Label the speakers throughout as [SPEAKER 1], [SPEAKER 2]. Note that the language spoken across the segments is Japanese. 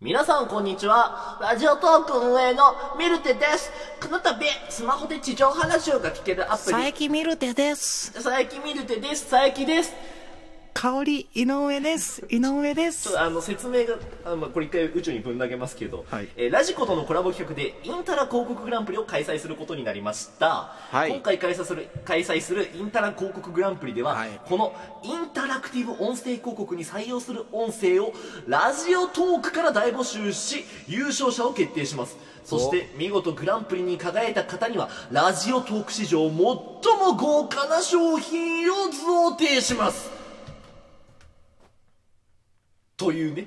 [SPEAKER 1] 皆さんこんにちは。ラジオトーク運営のミルテです。この度、スマホで地上話をが聞けるアプ
[SPEAKER 2] 佐
[SPEAKER 1] リ、
[SPEAKER 2] 伯ミルテです。
[SPEAKER 1] 佐伯ミルテです。佐伯です。
[SPEAKER 2] 香り井上です。井上で
[SPEAKER 1] ちょっ
[SPEAKER 2] す。
[SPEAKER 1] とあの説明が、あのまあ、これ一回宇宙にぶん投げますけど、
[SPEAKER 2] はい
[SPEAKER 1] えーラジコとのコラボ企画でインタラ広告グランプリを開催することになりました、
[SPEAKER 2] はい
[SPEAKER 1] 今回開催する開催するインタラ広告グランプリでは、
[SPEAKER 2] はい
[SPEAKER 1] このインタラクティブ音声広告に採用する音声をラジオトークから大募集し優勝者を決定しますそして見事グランプリに輝いた方にはラジオトーク史上最も豪華な商品を贈呈しますというね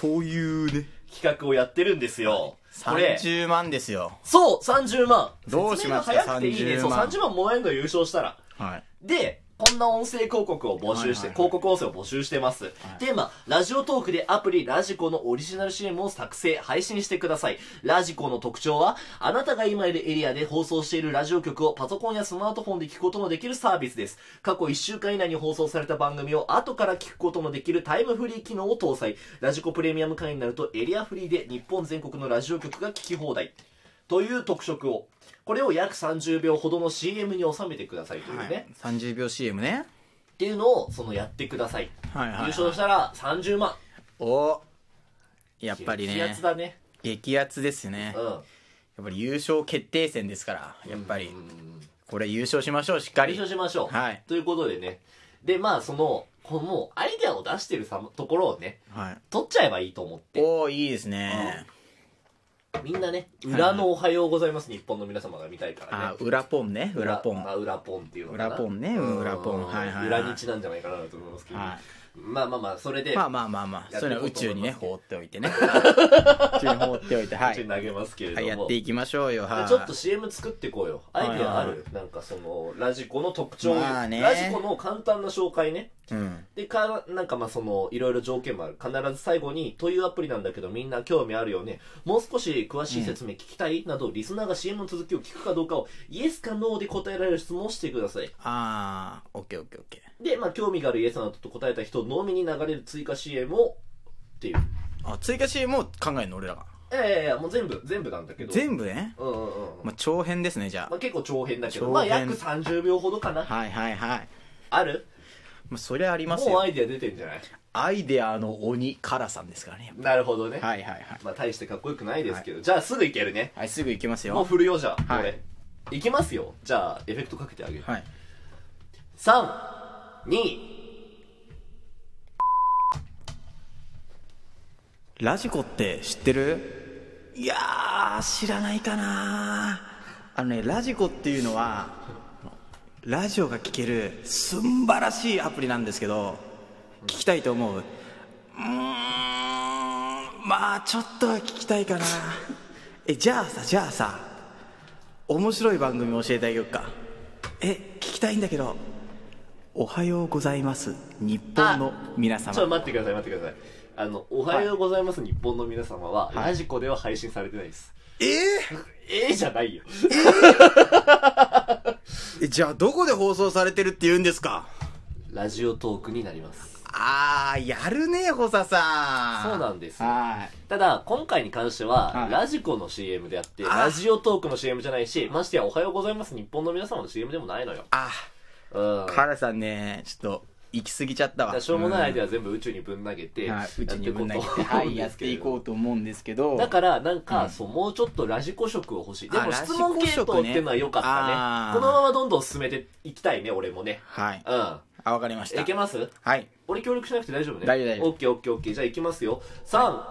[SPEAKER 3] というね。
[SPEAKER 1] 企画をやってるんですよ。これ、
[SPEAKER 3] 30万ですよ。
[SPEAKER 1] そう、30万。
[SPEAKER 3] どうしました
[SPEAKER 1] 説明が早くていいね。
[SPEAKER 3] 30
[SPEAKER 1] そう、
[SPEAKER 3] 万
[SPEAKER 1] 30万もらえるの優勝したら。
[SPEAKER 3] はい。
[SPEAKER 1] で、こんな音声広告を募集して、
[SPEAKER 3] はいはいは
[SPEAKER 1] 広
[SPEAKER 3] い
[SPEAKER 1] 告音声を募集してます。テーマ、ラジオトークでアプリラジコのオリジナル CM を作成、配信してください。ラジコの特徴は、あなたが今いるエリアで放送しているラジオ局をパソコンやスマートフォンで聞くことのできるサービスです。過去1週間以内に放送された番組を後から聞くことのできるタイムフリー機能を搭載。ラジコプレミアム会員になるとエリアフリーで日本全国のラジオ局が聞き放題。という特色を。これを約30秒ほどの CM に収めてくださいというね。
[SPEAKER 3] はい、30秒 CM ね。
[SPEAKER 1] っていうのをそのやってください,、
[SPEAKER 3] はいはいはい
[SPEAKER 1] 優勝したら30万
[SPEAKER 3] おやっぱり
[SPEAKER 1] 気
[SPEAKER 3] ね
[SPEAKER 1] 圧、だね
[SPEAKER 3] 激アツですね
[SPEAKER 1] う。ん
[SPEAKER 3] やっぱり優勝決定戦ですから、やっぱり。これ優勝しましょう、しっか
[SPEAKER 1] 優
[SPEAKER 3] り
[SPEAKER 1] 勝。しましょう、
[SPEAKER 3] はい
[SPEAKER 1] ということでねでまあそのこのもうアイデアを出してるさところをね
[SPEAKER 3] はい。
[SPEAKER 1] 取っちゃえばいいと思って
[SPEAKER 3] おー、いいですね。
[SPEAKER 1] みんなね裏の「おはようございます日本の皆様が見たいから
[SPEAKER 3] あ
[SPEAKER 1] ね
[SPEAKER 3] ー、裏ポンね、裏ポン。
[SPEAKER 1] ま
[SPEAKER 3] は
[SPEAKER 1] あ裏ポンっていうのかな
[SPEAKER 3] 裏ポンね
[SPEAKER 1] うん
[SPEAKER 3] 裏ポンはいはいはい
[SPEAKER 1] 裏日なんじゃないかなと思いますけ
[SPEAKER 3] い。
[SPEAKER 1] ど、まあまあまあそれで、
[SPEAKER 3] まあまあまあま
[SPEAKER 1] や
[SPEAKER 3] あ、
[SPEAKER 1] っていこうと思います
[SPEAKER 3] そういうのは宇宙にね、放っておいてね。宇宙に放っておいて、は
[SPEAKER 1] こっちに
[SPEAKER 3] い。
[SPEAKER 1] 投げますけれど
[SPEAKER 3] は
[SPEAKER 1] も、
[SPEAKER 3] い、やっていきましょうよ、はい。
[SPEAKER 1] ちょっと CM 作ってこうよ。アイディアある、
[SPEAKER 3] はい
[SPEAKER 1] なんかその、ラジコの特徴、
[SPEAKER 3] まあね
[SPEAKER 1] ラジコの簡単な紹介ね。
[SPEAKER 3] うん。
[SPEAKER 1] で、か、なんかまあその、いろいろ条件もある。必ず最後に、というアプリなんだけどみんな興味あるよね。もう少し詳しい説明聞きたい、など、リスナーが CM の続きを聞くかどうかを、イエスかノーで答えられる質問をしてください。
[SPEAKER 3] あー、オッケーオッケーオッケ
[SPEAKER 1] で、まあ興味があるイエスなどと答えた人のみに流れる追加 CM を、っていう。
[SPEAKER 3] ー。あ、追加 CM を考えるの、俺らが。
[SPEAKER 1] いやいやいや、もう全部、全部なんだけど。
[SPEAKER 3] 全部ね。
[SPEAKER 1] うんうんうん。
[SPEAKER 3] まあ、長編ですね、じゃ
[SPEAKER 1] まあ結構長編だけど、
[SPEAKER 3] 長編
[SPEAKER 1] まあ約30秒ほどかな。
[SPEAKER 3] あ。はいはいはい。
[SPEAKER 1] ある
[SPEAKER 3] まあ、それあります
[SPEAKER 1] もうア
[SPEAKER 3] よ。
[SPEAKER 1] イディア出てんじゃない
[SPEAKER 3] アイデアの鬼、カラさんですからね。
[SPEAKER 1] なるほどね。
[SPEAKER 3] はいはいはい。
[SPEAKER 1] まあ、大してかっこよくないですけど、じゃあすぐいけるね。
[SPEAKER 3] はい、すぐ行きます
[SPEAKER 1] もう
[SPEAKER 3] よ。
[SPEAKER 1] 振るよ、じゃあ。
[SPEAKER 3] はい
[SPEAKER 1] 俺。いきますよ。じゃあ、エフェクトかけてあげる。
[SPEAKER 3] はい。
[SPEAKER 1] 3、2、
[SPEAKER 3] ラジコって知ってるいやー、知らないかなあのね、ラジコっていうのは、ラジオが聴けるすんばらしいアプリなんですけど、聞きたいと思ううーん、まあちょっとは聞きたいかな え、じゃあさ、じゃあさ、面白い番組教えてあげようか。え、聞きたいんだけど、おはようございます、日本の皆
[SPEAKER 1] ちょっと
[SPEAKER 3] 様。
[SPEAKER 1] 待ってください、待ってください。あの、おはようございます、日本の皆様は、ラジコでは配信されてないです。
[SPEAKER 3] えー
[SPEAKER 1] ええじゃないよ。
[SPEAKER 3] えじゃあどこで放送されてるって言うんですか
[SPEAKER 1] ラジオトークになります。
[SPEAKER 3] あー、やるね、ホサさん。
[SPEAKER 1] そうなんですよ
[SPEAKER 3] は
[SPEAKER 1] ただ、今回に関しては、
[SPEAKER 3] はい
[SPEAKER 1] ラジコの CM であって、
[SPEAKER 3] あ
[SPEAKER 1] ラジオトークの CM じゃないし、ましてや、おはようございます、日本の皆様の CM でもないのよ。
[SPEAKER 3] あ、
[SPEAKER 1] うん。
[SPEAKER 3] カラさんね、ちょっと、行き過ぎちゃった
[SPEAKER 1] だから
[SPEAKER 3] わ。
[SPEAKER 1] しょうもないアイデ
[SPEAKER 3] ア
[SPEAKER 1] ア全部宇宙にぶん投げて、
[SPEAKER 3] はい、うちにぶん
[SPEAKER 1] や
[SPEAKER 3] 投げ
[SPEAKER 1] って
[SPEAKER 3] て、
[SPEAKER 1] いこうと思
[SPEAKER 3] は
[SPEAKER 1] うん
[SPEAKER 3] い、や
[SPEAKER 1] で
[SPEAKER 3] っ
[SPEAKER 1] すけ
[SPEAKER 3] て
[SPEAKER 1] れ
[SPEAKER 3] い
[SPEAKER 1] ど
[SPEAKER 3] こうと思うんですけど。
[SPEAKER 1] だから、なんか、そう、もうちょっとラジコ色を欲しい。で
[SPEAKER 3] あ
[SPEAKER 1] も、
[SPEAKER 3] ラジ
[SPEAKER 1] 質
[SPEAKER 3] コ
[SPEAKER 1] 問系統っていうのは良かっ
[SPEAKER 3] 色ねあ
[SPEAKER 1] たね。
[SPEAKER 3] ー
[SPEAKER 1] このままどんどん進めていきたいね、俺もね。
[SPEAKER 3] はい。
[SPEAKER 1] うん。
[SPEAKER 3] あ、わかりまし
[SPEAKER 1] え
[SPEAKER 3] た
[SPEAKER 1] いけ。ます
[SPEAKER 3] はい。
[SPEAKER 1] 俺協力しなくて大丈夫ね。
[SPEAKER 3] 大丈夫大丈夫
[SPEAKER 1] オッケーオッケーオッケー。じゃあ行きますよ。3、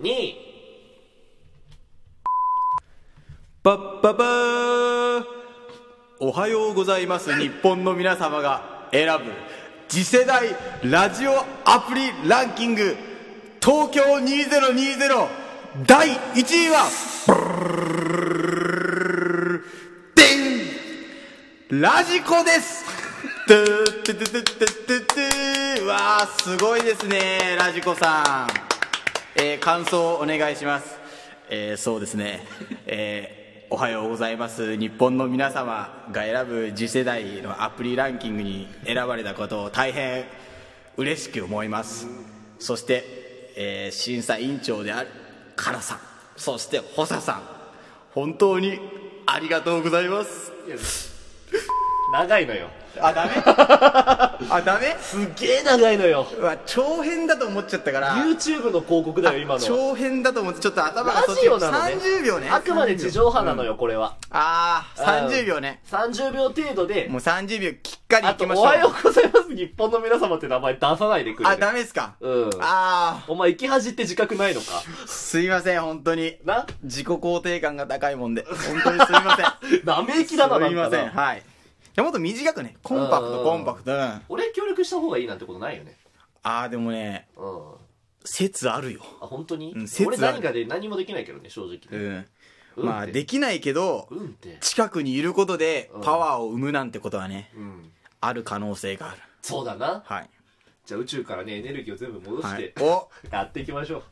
[SPEAKER 1] 2、
[SPEAKER 3] パッパパーおはようございます日本の皆様が選ぶ次世代ラジオアプリランキング東京2020第1位はブルルルルルルルルルルルルルルルラジコですトゥートゥトゥトゥトゥトゥトゥうわあすごいですねラジコさん、えー感想をお願いしますえーそうですねえーおはようございます日本の皆様が選ぶ次世代のアプリランキングに選ばれたことを大変嬉しく思いますそして、えー審査委員長であるカラさんそして補佐さん本当にありがとうございます
[SPEAKER 1] 長いのよ。
[SPEAKER 3] あダメあダメ
[SPEAKER 1] すっげえ長いのよ。
[SPEAKER 3] うわ長編だと思っちゃったから
[SPEAKER 1] YouTube の広告だよ、今のは。
[SPEAKER 3] 長編だと思ってちょっと頭が
[SPEAKER 1] ラ
[SPEAKER 3] そっち
[SPEAKER 1] ジオなのね。
[SPEAKER 3] 30秒ね
[SPEAKER 1] あくまで地上波なのよ、これは。
[SPEAKER 3] ああ30秒ね
[SPEAKER 1] 30秒程度で、
[SPEAKER 3] もう30秒きっかりい
[SPEAKER 1] あと、
[SPEAKER 3] きまし
[SPEAKER 1] お
[SPEAKER 3] ょう
[SPEAKER 1] はようございます、日本の皆様って名前出さないでくれ
[SPEAKER 3] あ
[SPEAKER 1] る。
[SPEAKER 3] ダメですか
[SPEAKER 1] うん。
[SPEAKER 3] ああ
[SPEAKER 1] お前、生き恥って自覚ないのか。
[SPEAKER 3] すいません本当に
[SPEAKER 1] な
[SPEAKER 3] 自己肯定感が高いもんで本当にすいませ ん
[SPEAKER 1] ダメ息だな、な
[SPEAKER 3] す
[SPEAKER 1] ん
[SPEAKER 3] い
[SPEAKER 1] か
[SPEAKER 3] ません
[SPEAKER 1] な。
[SPEAKER 3] はいでもっと短くねコンパク
[SPEAKER 1] う
[SPEAKER 3] ト
[SPEAKER 1] ん
[SPEAKER 3] コンパクトうんあ
[SPEAKER 1] 俺協力した方がいいなんてことないよね。
[SPEAKER 3] あでもね
[SPEAKER 1] うん。
[SPEAKER 3] 説あるよ
[SPEAKER 1] あ、本当に、
[SPEAKER 3] うん説ある
[SPEAKER 1] 俺何かで何もできないけどね、正直
[SPEAKER 3] う
[SPEAKER 1] ね。
[SPEAKER 3] ん
[SPEAKER 1] うん
[SPEAKER 3] まあ
[SPEAKER 1] って
[SPEAKER 3] できないけど
[SPEAKER 1] うんって。
[SPEAKER 3] 近くにいることで
[SPEAKER 1] うん
[SPEAKER 3] パワーを生むなんてことはね
[SPEAKER 1] うん。
[SPEAKER 3] ある可能性がある
[SPEAKER 1] そうだな。
[SPEAKER 3] はい
[SPEAKER 1] じゃあ宇宙からね、エネルギーを全部戻し
[SPEAKER 3] は
[SPEAKER 1] て
[SPEAKER 3] い、お
[SPEAKER 1] やっていきましょう。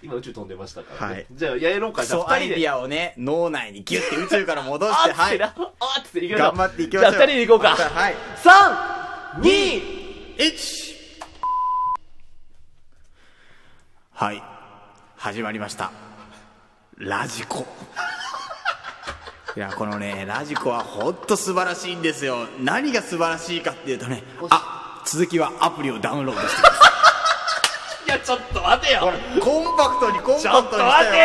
[SPEAKER 1] 今宇宙飛んでましたからね。
[SPEAKER 3] はい
[SPEAKER 1] じゃあやろうか、
[SPEAKER 3] ク
[SPEAKER 1] じゃ
[SPEAKER 3] ソ
[SPEAKER 1] あ
[SPEAKER 3] ア
[SPEAKER 1] 二
[SPEAKER 3] イ
[SPEAKER 1] 人
[SPEAKER 3] デ
[SPEAKER 1] で。
[SPEAKER 3] ィアをね脳内にギュッて宇宙から戻 し
[SPEAKER 1] あ
[SPEAKER 3] て
[SPEAKER 1] っつっ
[SPEAKER 3] は
[SPEAKER 1] て
[SPEAKER 3] い
[SPEAKER 1] な、あっつっていきましょう。
[SPEAKER 3] 頑張っていきましょう
[SPEAKER 1] じゃあ二人で行こうか。
[SPEAKER 3] はい
[SPEAKER 1] 三、二、
[SPEAKER 3] 1はい始まりましたラジコいやこのねラジコはほんと素晴らしいんですよ何が素晴らしいかっていうとねあ続きはアプリをダウンロードしてくださ
[SPEAKER 1] いや、ちょっと待てよ。
[SPEAKER 3] いコンパクトにコンパクトにし
[SPEAKER 1] ち
[SPEAKER 3] た
[SPEAKER 1] ょ
[SPEAKER 3] よ
[SPEAKER 1] っと待てよ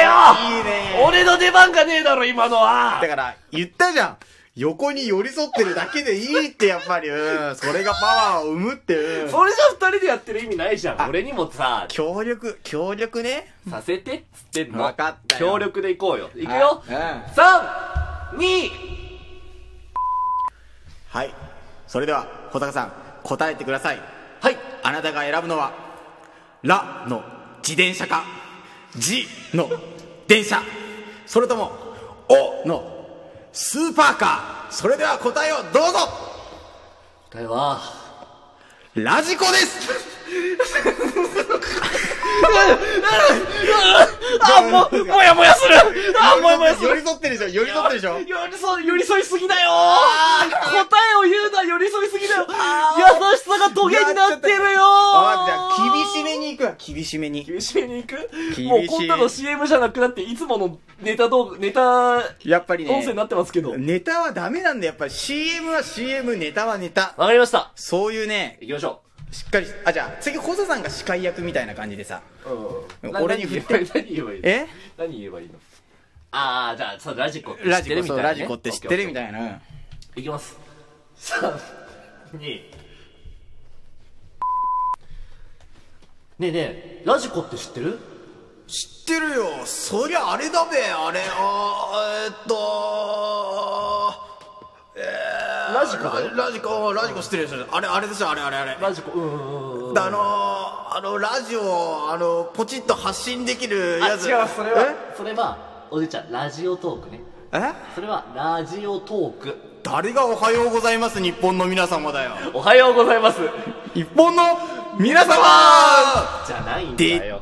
[SPEAKER 3] いいね
[SPEAKER 1] 俺の出番がねえだろ、今のは
[SPEAKER 3] だから言ったじゃん横に寄り添ってるだけでいいってやっぱり、うん、それがパワーを生むって、う ん
[SPEAKER 1] それじゃ二人でやってる意味ないじゃん。俺にもさ、
[SPEAKER 3] 協力協力ね
[SPEAKER 1] させてっつってんの。
[SPEAKER 3] わかったよ
[SPEAKER 1] 協力で行こうよ。行くよ。
[SPEAKER 3] はいうん
[SPEAKER 1] 三、二、
[SPEAKER 3] はいそれでは小高さん答えてください
[SPEAKER 1] はい。
[SPEAKER 3] あなたが選ぶのは「ラ」の自転車か「ジ」の電車それとも「お」のスーパーカーそれでは答えをどうぞ
[SPEAKER 1] 答えは、
[SPEAKER 3] ラジコです
[SPEAKER 1] あ、もう、もやもやするあ、もやもやす
[SPEAKER 3] 寄
[SPEAKER 1] る
[SPEAKER 3] り添ってるでしょ寄り添ってるでしょ
[SPEAKER 1] 寄り添、寄り添いすぎだよ
[SPEAKER 3] あー
[SPEAKER 1] 答えを言うな、寄り添いすぎだよ
[SPEAKER 3] あー
[SPEAKER 1] 優しさがトゲになってるよ
[SPEAKER 3] あじゃあ厳しめに行くわ厳しめに
[SPEAKER 1] 厳しめに行く
[SPEAKER 3] しい
[SPEAKER 1] もうこんなの CM じゃなくなって、いつものネタ動画、ネタ、音
[SPEAKER 3] やっぱりね
[SPEAKER 1] 声になってますけど。
[SPEAKER 3] ネタはダメなんだやっぱり CM は CM ネタはネタ
[SPEAKER 1] わかりました。
[SPEAKER 3] そういうね
[SPEAKER 1] 行きましょ
[SPEAKER 3] しっかりあじゃあ次細さんが司会役みたいな感じでさ
[SPEAKER 1] う。
[SPEAKER 3] な俺に振っ て
[SPEAKER 1] 何言えばいいの
[SPEAKER 3] え
[SPEAKER 1] 何言えばいいのあー、じゃあ、そうラジコって知
[SPEAKER 3] ラ
[SPEAKER 1] って
[SPEAKER 3] ジコ
[SPEAKER 1] るみた
[SPEAKER 3] そ
[SPEAKER 1] いうなね。
[SPEAKER 3] ラジコって知ってる
[SPEAKER 1] オッケーオッケー
[SPEAKER 3] みたいない
[SPEAKER 1] きます。3、2。ねえねえ、ラジコって知ってる
[SPEAKER 3] 知ってるよそりゃあれだべあれあーえーっとえー
[SPEAKER 1] ラジコだよ
[SPEAKER 3] ラジコラジコ知ってるよ知ってるあれあれでしょあれあれあれ
[SPEAKER 1] ラジコ、うーん。
[SPEAKER 3] あのーあのラジオあのポチッと発信できる
[SPEAKER 1] あ、
[SPEAKER 3] やつ
[SPEAKER 1] 違います、それは。それは、おじいちゃん、ラジオトークね。
[SPEAKER 3] ええ
[SPEAKER 1] それは、ラジオトーク。
[SPEAKER 3] 誰がおはようございます日本の皆様だよ
[SPEAKER 1] おはようございます。
[SPEAKER 3] 日本の皆様
[SPEAKER 1] じゃないんだよ。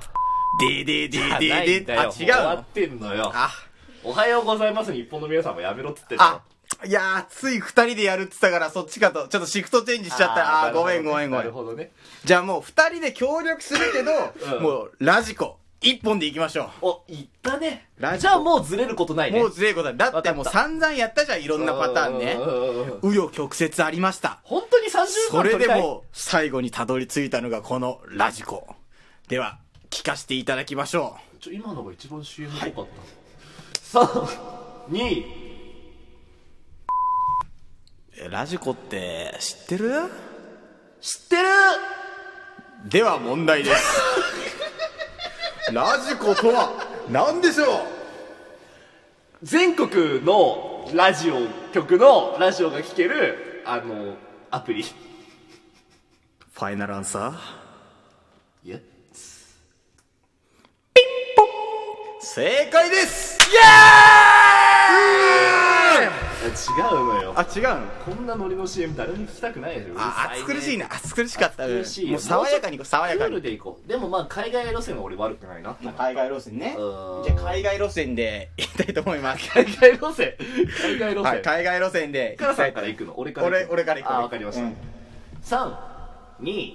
[SPEAKER 3] ででで
[SPEAKER 1] じゃない
[SPEAKER 3] で
[SPEAKER 1] ん
[SPEAKER 3] で
[SPEAKER 1] だよ。
[SPEAKER 3] あ
[SPEAKER 1] も
[SPEAKER 3] 違
[SPEAKER 1] 終わ
[SPEAKER 3] うの
[SPEAKER 1] ってんのよ。
[SPEAKER 3] あ
[SPEAKER 1] おはようございます、日本の皆さんもやめろっつってんの
[SPEAKER 3] あいやーつい二人でやるっつったからそっちかとちょっとシフトチェンジしちゃったらあー
[SPEAKER 1] ー
[SPEAKER 3] ごめんごめんご
[SPEAKER 1] な
[SPEAKER 3] め
[SPEAKER 1] る
[SPEAKER 3] ん
[SPEAKER 1] ほどね。
[SPEAKER 3] じゃあもう二人で協力するけど、
[SPEAKER 1] うん
[SPEAKER 3] もうラジコ一本でいきましょ
[SPEAKER 1] お、言ったね
[SPEAKER 3] ラ。ジ
[SPEAKER 1] じ
[SPEAKER 3] コ
[SPEAKER 1] ゃあもうずれることな
[SPEAKER 3] う
[SPEAKER 1] いね。
[SPEAKER 3] もうずれることはだっても
[SPEAKER 1] わ
[SPEAKER 3] う
[SPEAKER 1] かっ
[SPEAKER 3] 散々やったじゃんいろんなパターンね
[SPEAKER 1] うんうんうんうん
[SPEAKER 3] 紆余曲折ありました
[SPEAKER 1] 本当に30
[SPEAKER 3] そ
[SPEAKER 1] 分
[SPEAKER 3] れ
[SPEAKER 1] 取り
[SPEAKER 3] で
[SPEAKER 1] たい
[SPEAKER 3] も最後にたどり着いたのがこのラジコでは聞かせていただきましょ
[SPEAKER 1] ちょ今のが一番 CM っぽかった、3 2
[SPEAKER 3] うラジコって知ってる
[SPEAKER 1] 知ってる
[SPEAKER 3] では問題ですラジコとは何でしょう
[SPEAKER 1] 全国のラジオ局のラジオが聴けるあのアプリ
[SPEAKER 3] ファイナルアンサー
[SPEAKER 1] いや
[SPEAKER 3] 正解ですイエーイ
[SPEAKER 1] 違うのよ
[SPEAKER 3] あ違うの
[SPEAKER 1] こんなノリの CM 誰も聞きたくないでしょ
[SPEAKER 3] あ暑苦しい
[SPEAKER 1] な
[SPEAKER 3] な暑苦しかった
[SPEAKER 1] 苦しいよ
[SPEAKER 3] もう爽やかにこう爽
[SPEAKER 1] ク
[SPEAKER 3] やか
[SPEAKER 1] ール
[SPEAKER 3] に
[SPEAKER 1] でいこうでもまあ海外路線は俺悪くないな
[SPEAKER 3] 海外路線ね
[SPEAKER 1] うん
[SPEAKER 3] じゃあ海外路線で行きたいと思います
[SPEAKER 1] 海外路線海外路
[SPEAKER 3] はい
[SPEAKER 1] 線
[SPEAKER 3] 海外路線で
[SPEAKER 1] カラさんから行くの俺から
[SPEAKER 3] 俺
[SPEAKER 1] 行くの
[SPEAKER 3] 俺から行く
[SPEAKER 1] あわかりました、
[SPEAKER 3] うん
[SPEAKER 1] 3 2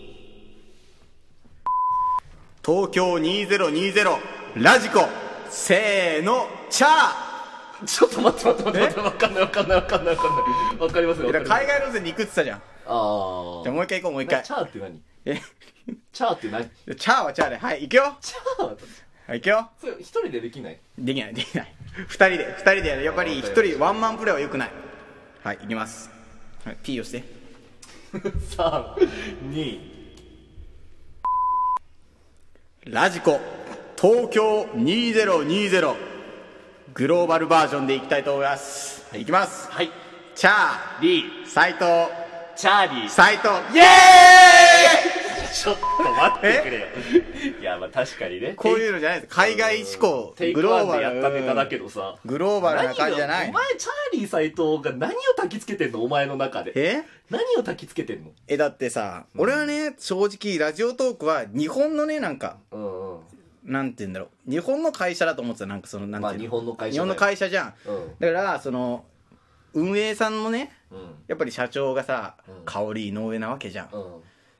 [SPEAKER 3] 東京2020ラジコせーのチャー
[SPEAKER 1] ちょっと待って待って待って待って、わかんないわかんないわかんないわかんない。わかりますよ。
[SPEAKER 3] いや
[SPEAKER 1] わかり
[SPEAKER 3] 海外路線に行くって言ったじゃん
[SPEAKER 1] ます
[SPEAKER 3] じゃあもう一回行こうもう一
[SPEAKER 1] ああ。
[SPEAKER 3] 回
[SPEAKER 1] チャーって何
[SPEAKER 3] え
[SPEAKER 1] チャーって何
[SPEAKER 3] チャーはチャーではい行くよ
[SPEAKER 1] チャー
[SPEAKER 3] はい行くよ
[SPEAKER 1] それ一人でできない
[SPEAKER 3] できないできない2人で2人でやるやっぱり1人ワンマンプレーはよくないはい行きます、はい、P をして
[SPEAKER 1] 32
[SPEAKER 3] ラジコ東京2020グローバルバージョンでいきたいと思います、い、きます
[SPEAKER 1] はい
[SPEAKER 3] チャー
[SPEAKER 1] リー
[SPEAKER 3] 斎藤
[SPEAKER 1] チャーリー
[SPEAKER 3] 斎藤イエーイ
[SPEAKER 1] ちょっと待ってくれよいやまあ確かにね
[SPEAKER 3] こういうのじゃないです海外志向
[SPEAKER 1] テイ
[SPEAKER 3] グ
[SPEAKER 1] ク
[SPEAKER 3] ロ
[SPEAKER 1] ワ
[SPEAKER 3] ー
[SPEAKER 1] ン
[SPEAKER 3] バ
[SPEAKER 1] で
[SPEAKER 3] ル
[SPEAKER 1] やったネタだけどさ
[SPEAKER 3] グローバルな感じじゃない
[SPEAKER 1] 何がお前チャーリー斎藤が何を焚きつけてんのお前の中で
[SPEAKER 3] え
[SPEAKER 1] 何を焚きつけてんの
[SPEAKER 3] えだってさ、俺はね正直ラジオトークは日本のねなんか
[SPEAKER 1] うんうん
[SPEAKER 3] なんて言うんだろう日本の会社だと思ってたなんかそのなんていうの、
[SPEAKER 1] まあ日本の会社だよ
[SPEAKER 3] 日本の会社じゃん、
[SPEAKER 1] うん
[SPEAKER 3] だからその運営さんもね
[SPEAKER 1] うん
[SPEAKER 3] やっぱり社長がさ、
[SPEAKER 1] うん
[SPEAKER 3] 香り井上なわけじゃん、
[SPEAKER 1] うん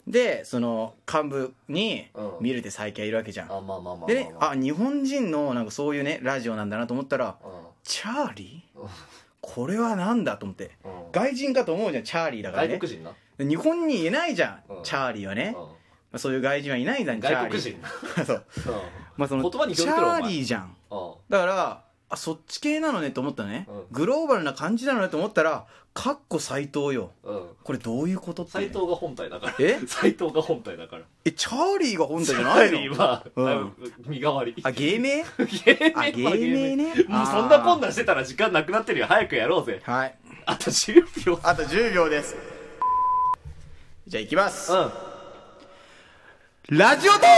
[SPEAKER 3] でその幹部に
[SPEAKER 1] うん
[SPEAKER 3] 見るて最近いるわけじゃん、
[SPEAKER 1] あまあまあまあまあまあ
[SPEAKER 3] でねあ日本人のなんかそういうねラジオなんだなと思ったら、チャーリー
[SPEAKER 1] うん
[SPEAKER 3] これはなんだと思って、
[SPEAKER 1] うん
[SPEAKER 3] 外人かと思うじゃんチャーリーだから
[SPEAKER 1] 外
[SPEAKER 3] ね
[SPEAKER 1] 国人な
[SPEAKER 3] で日本にいないじゃん、
[SPEAKER 1] うん
[SPEAKER 3] チャーリーはね、
[SPEAKER 1] う
[SPEAKER 3] ま
[SPEAKER 1] ん
[SPEAKER 3] あ、そういう外人はいないじゃんチャー
[SPEAKER 1] 外
[SPEAKER 3] リー
[SPEAKER 1] 国人
[SPEAKER 3] そうまあその
[SPEAKER 1] 言葉に気を
[SPEAKER 3] チ
[SPEAKER 1] つけろお
[SPEAKER 3] ャ
[SPEAKER 1] 前
[SPEAKER 3] ーリーじゃん
[SPEAKER 1] うんうん
[SPEAKER 3] だからあそっち系なのねと思ったのね、
[SPEAKER 1] うん
[SPEAKER 3] グローバルな感じなのねと思ったらかっこ斎藤よ
[SPEAKER 1] うん
[SPEAKER 3] これどういうことって、
[SPEAKER 1] 斎藤が本体だから
[SPEAKER 3] え
[SPEAKER 1] 斎藤が本体だから
[SPEAKER 3] えチャーリーが本体じゃ
[SPEAKER 1] チャ
[SPEAKER 3] ない
[SPEAKER 1] ーリー
[SPEAKER 3] の
[SPEAKER 1] は
[SPEAKER 3] うん
[SPEAKER 1] 身代わり
[SPEAKER 3] あ芸名
[SPEAKER 1] 芸
[SPEAKER 3] あ芸名ね
[SPEAKER 1] もうそんなこんなんしてたら時間なくなってるよ早くやろうぜ
[SPEAKER 3] はい
[SPEAKER 1] あと10秒
[SPEAKER 3] あと10秒ですじゃあいきます
[SPEAKER 1] うん
[SPEAKER 3] ラジオトーク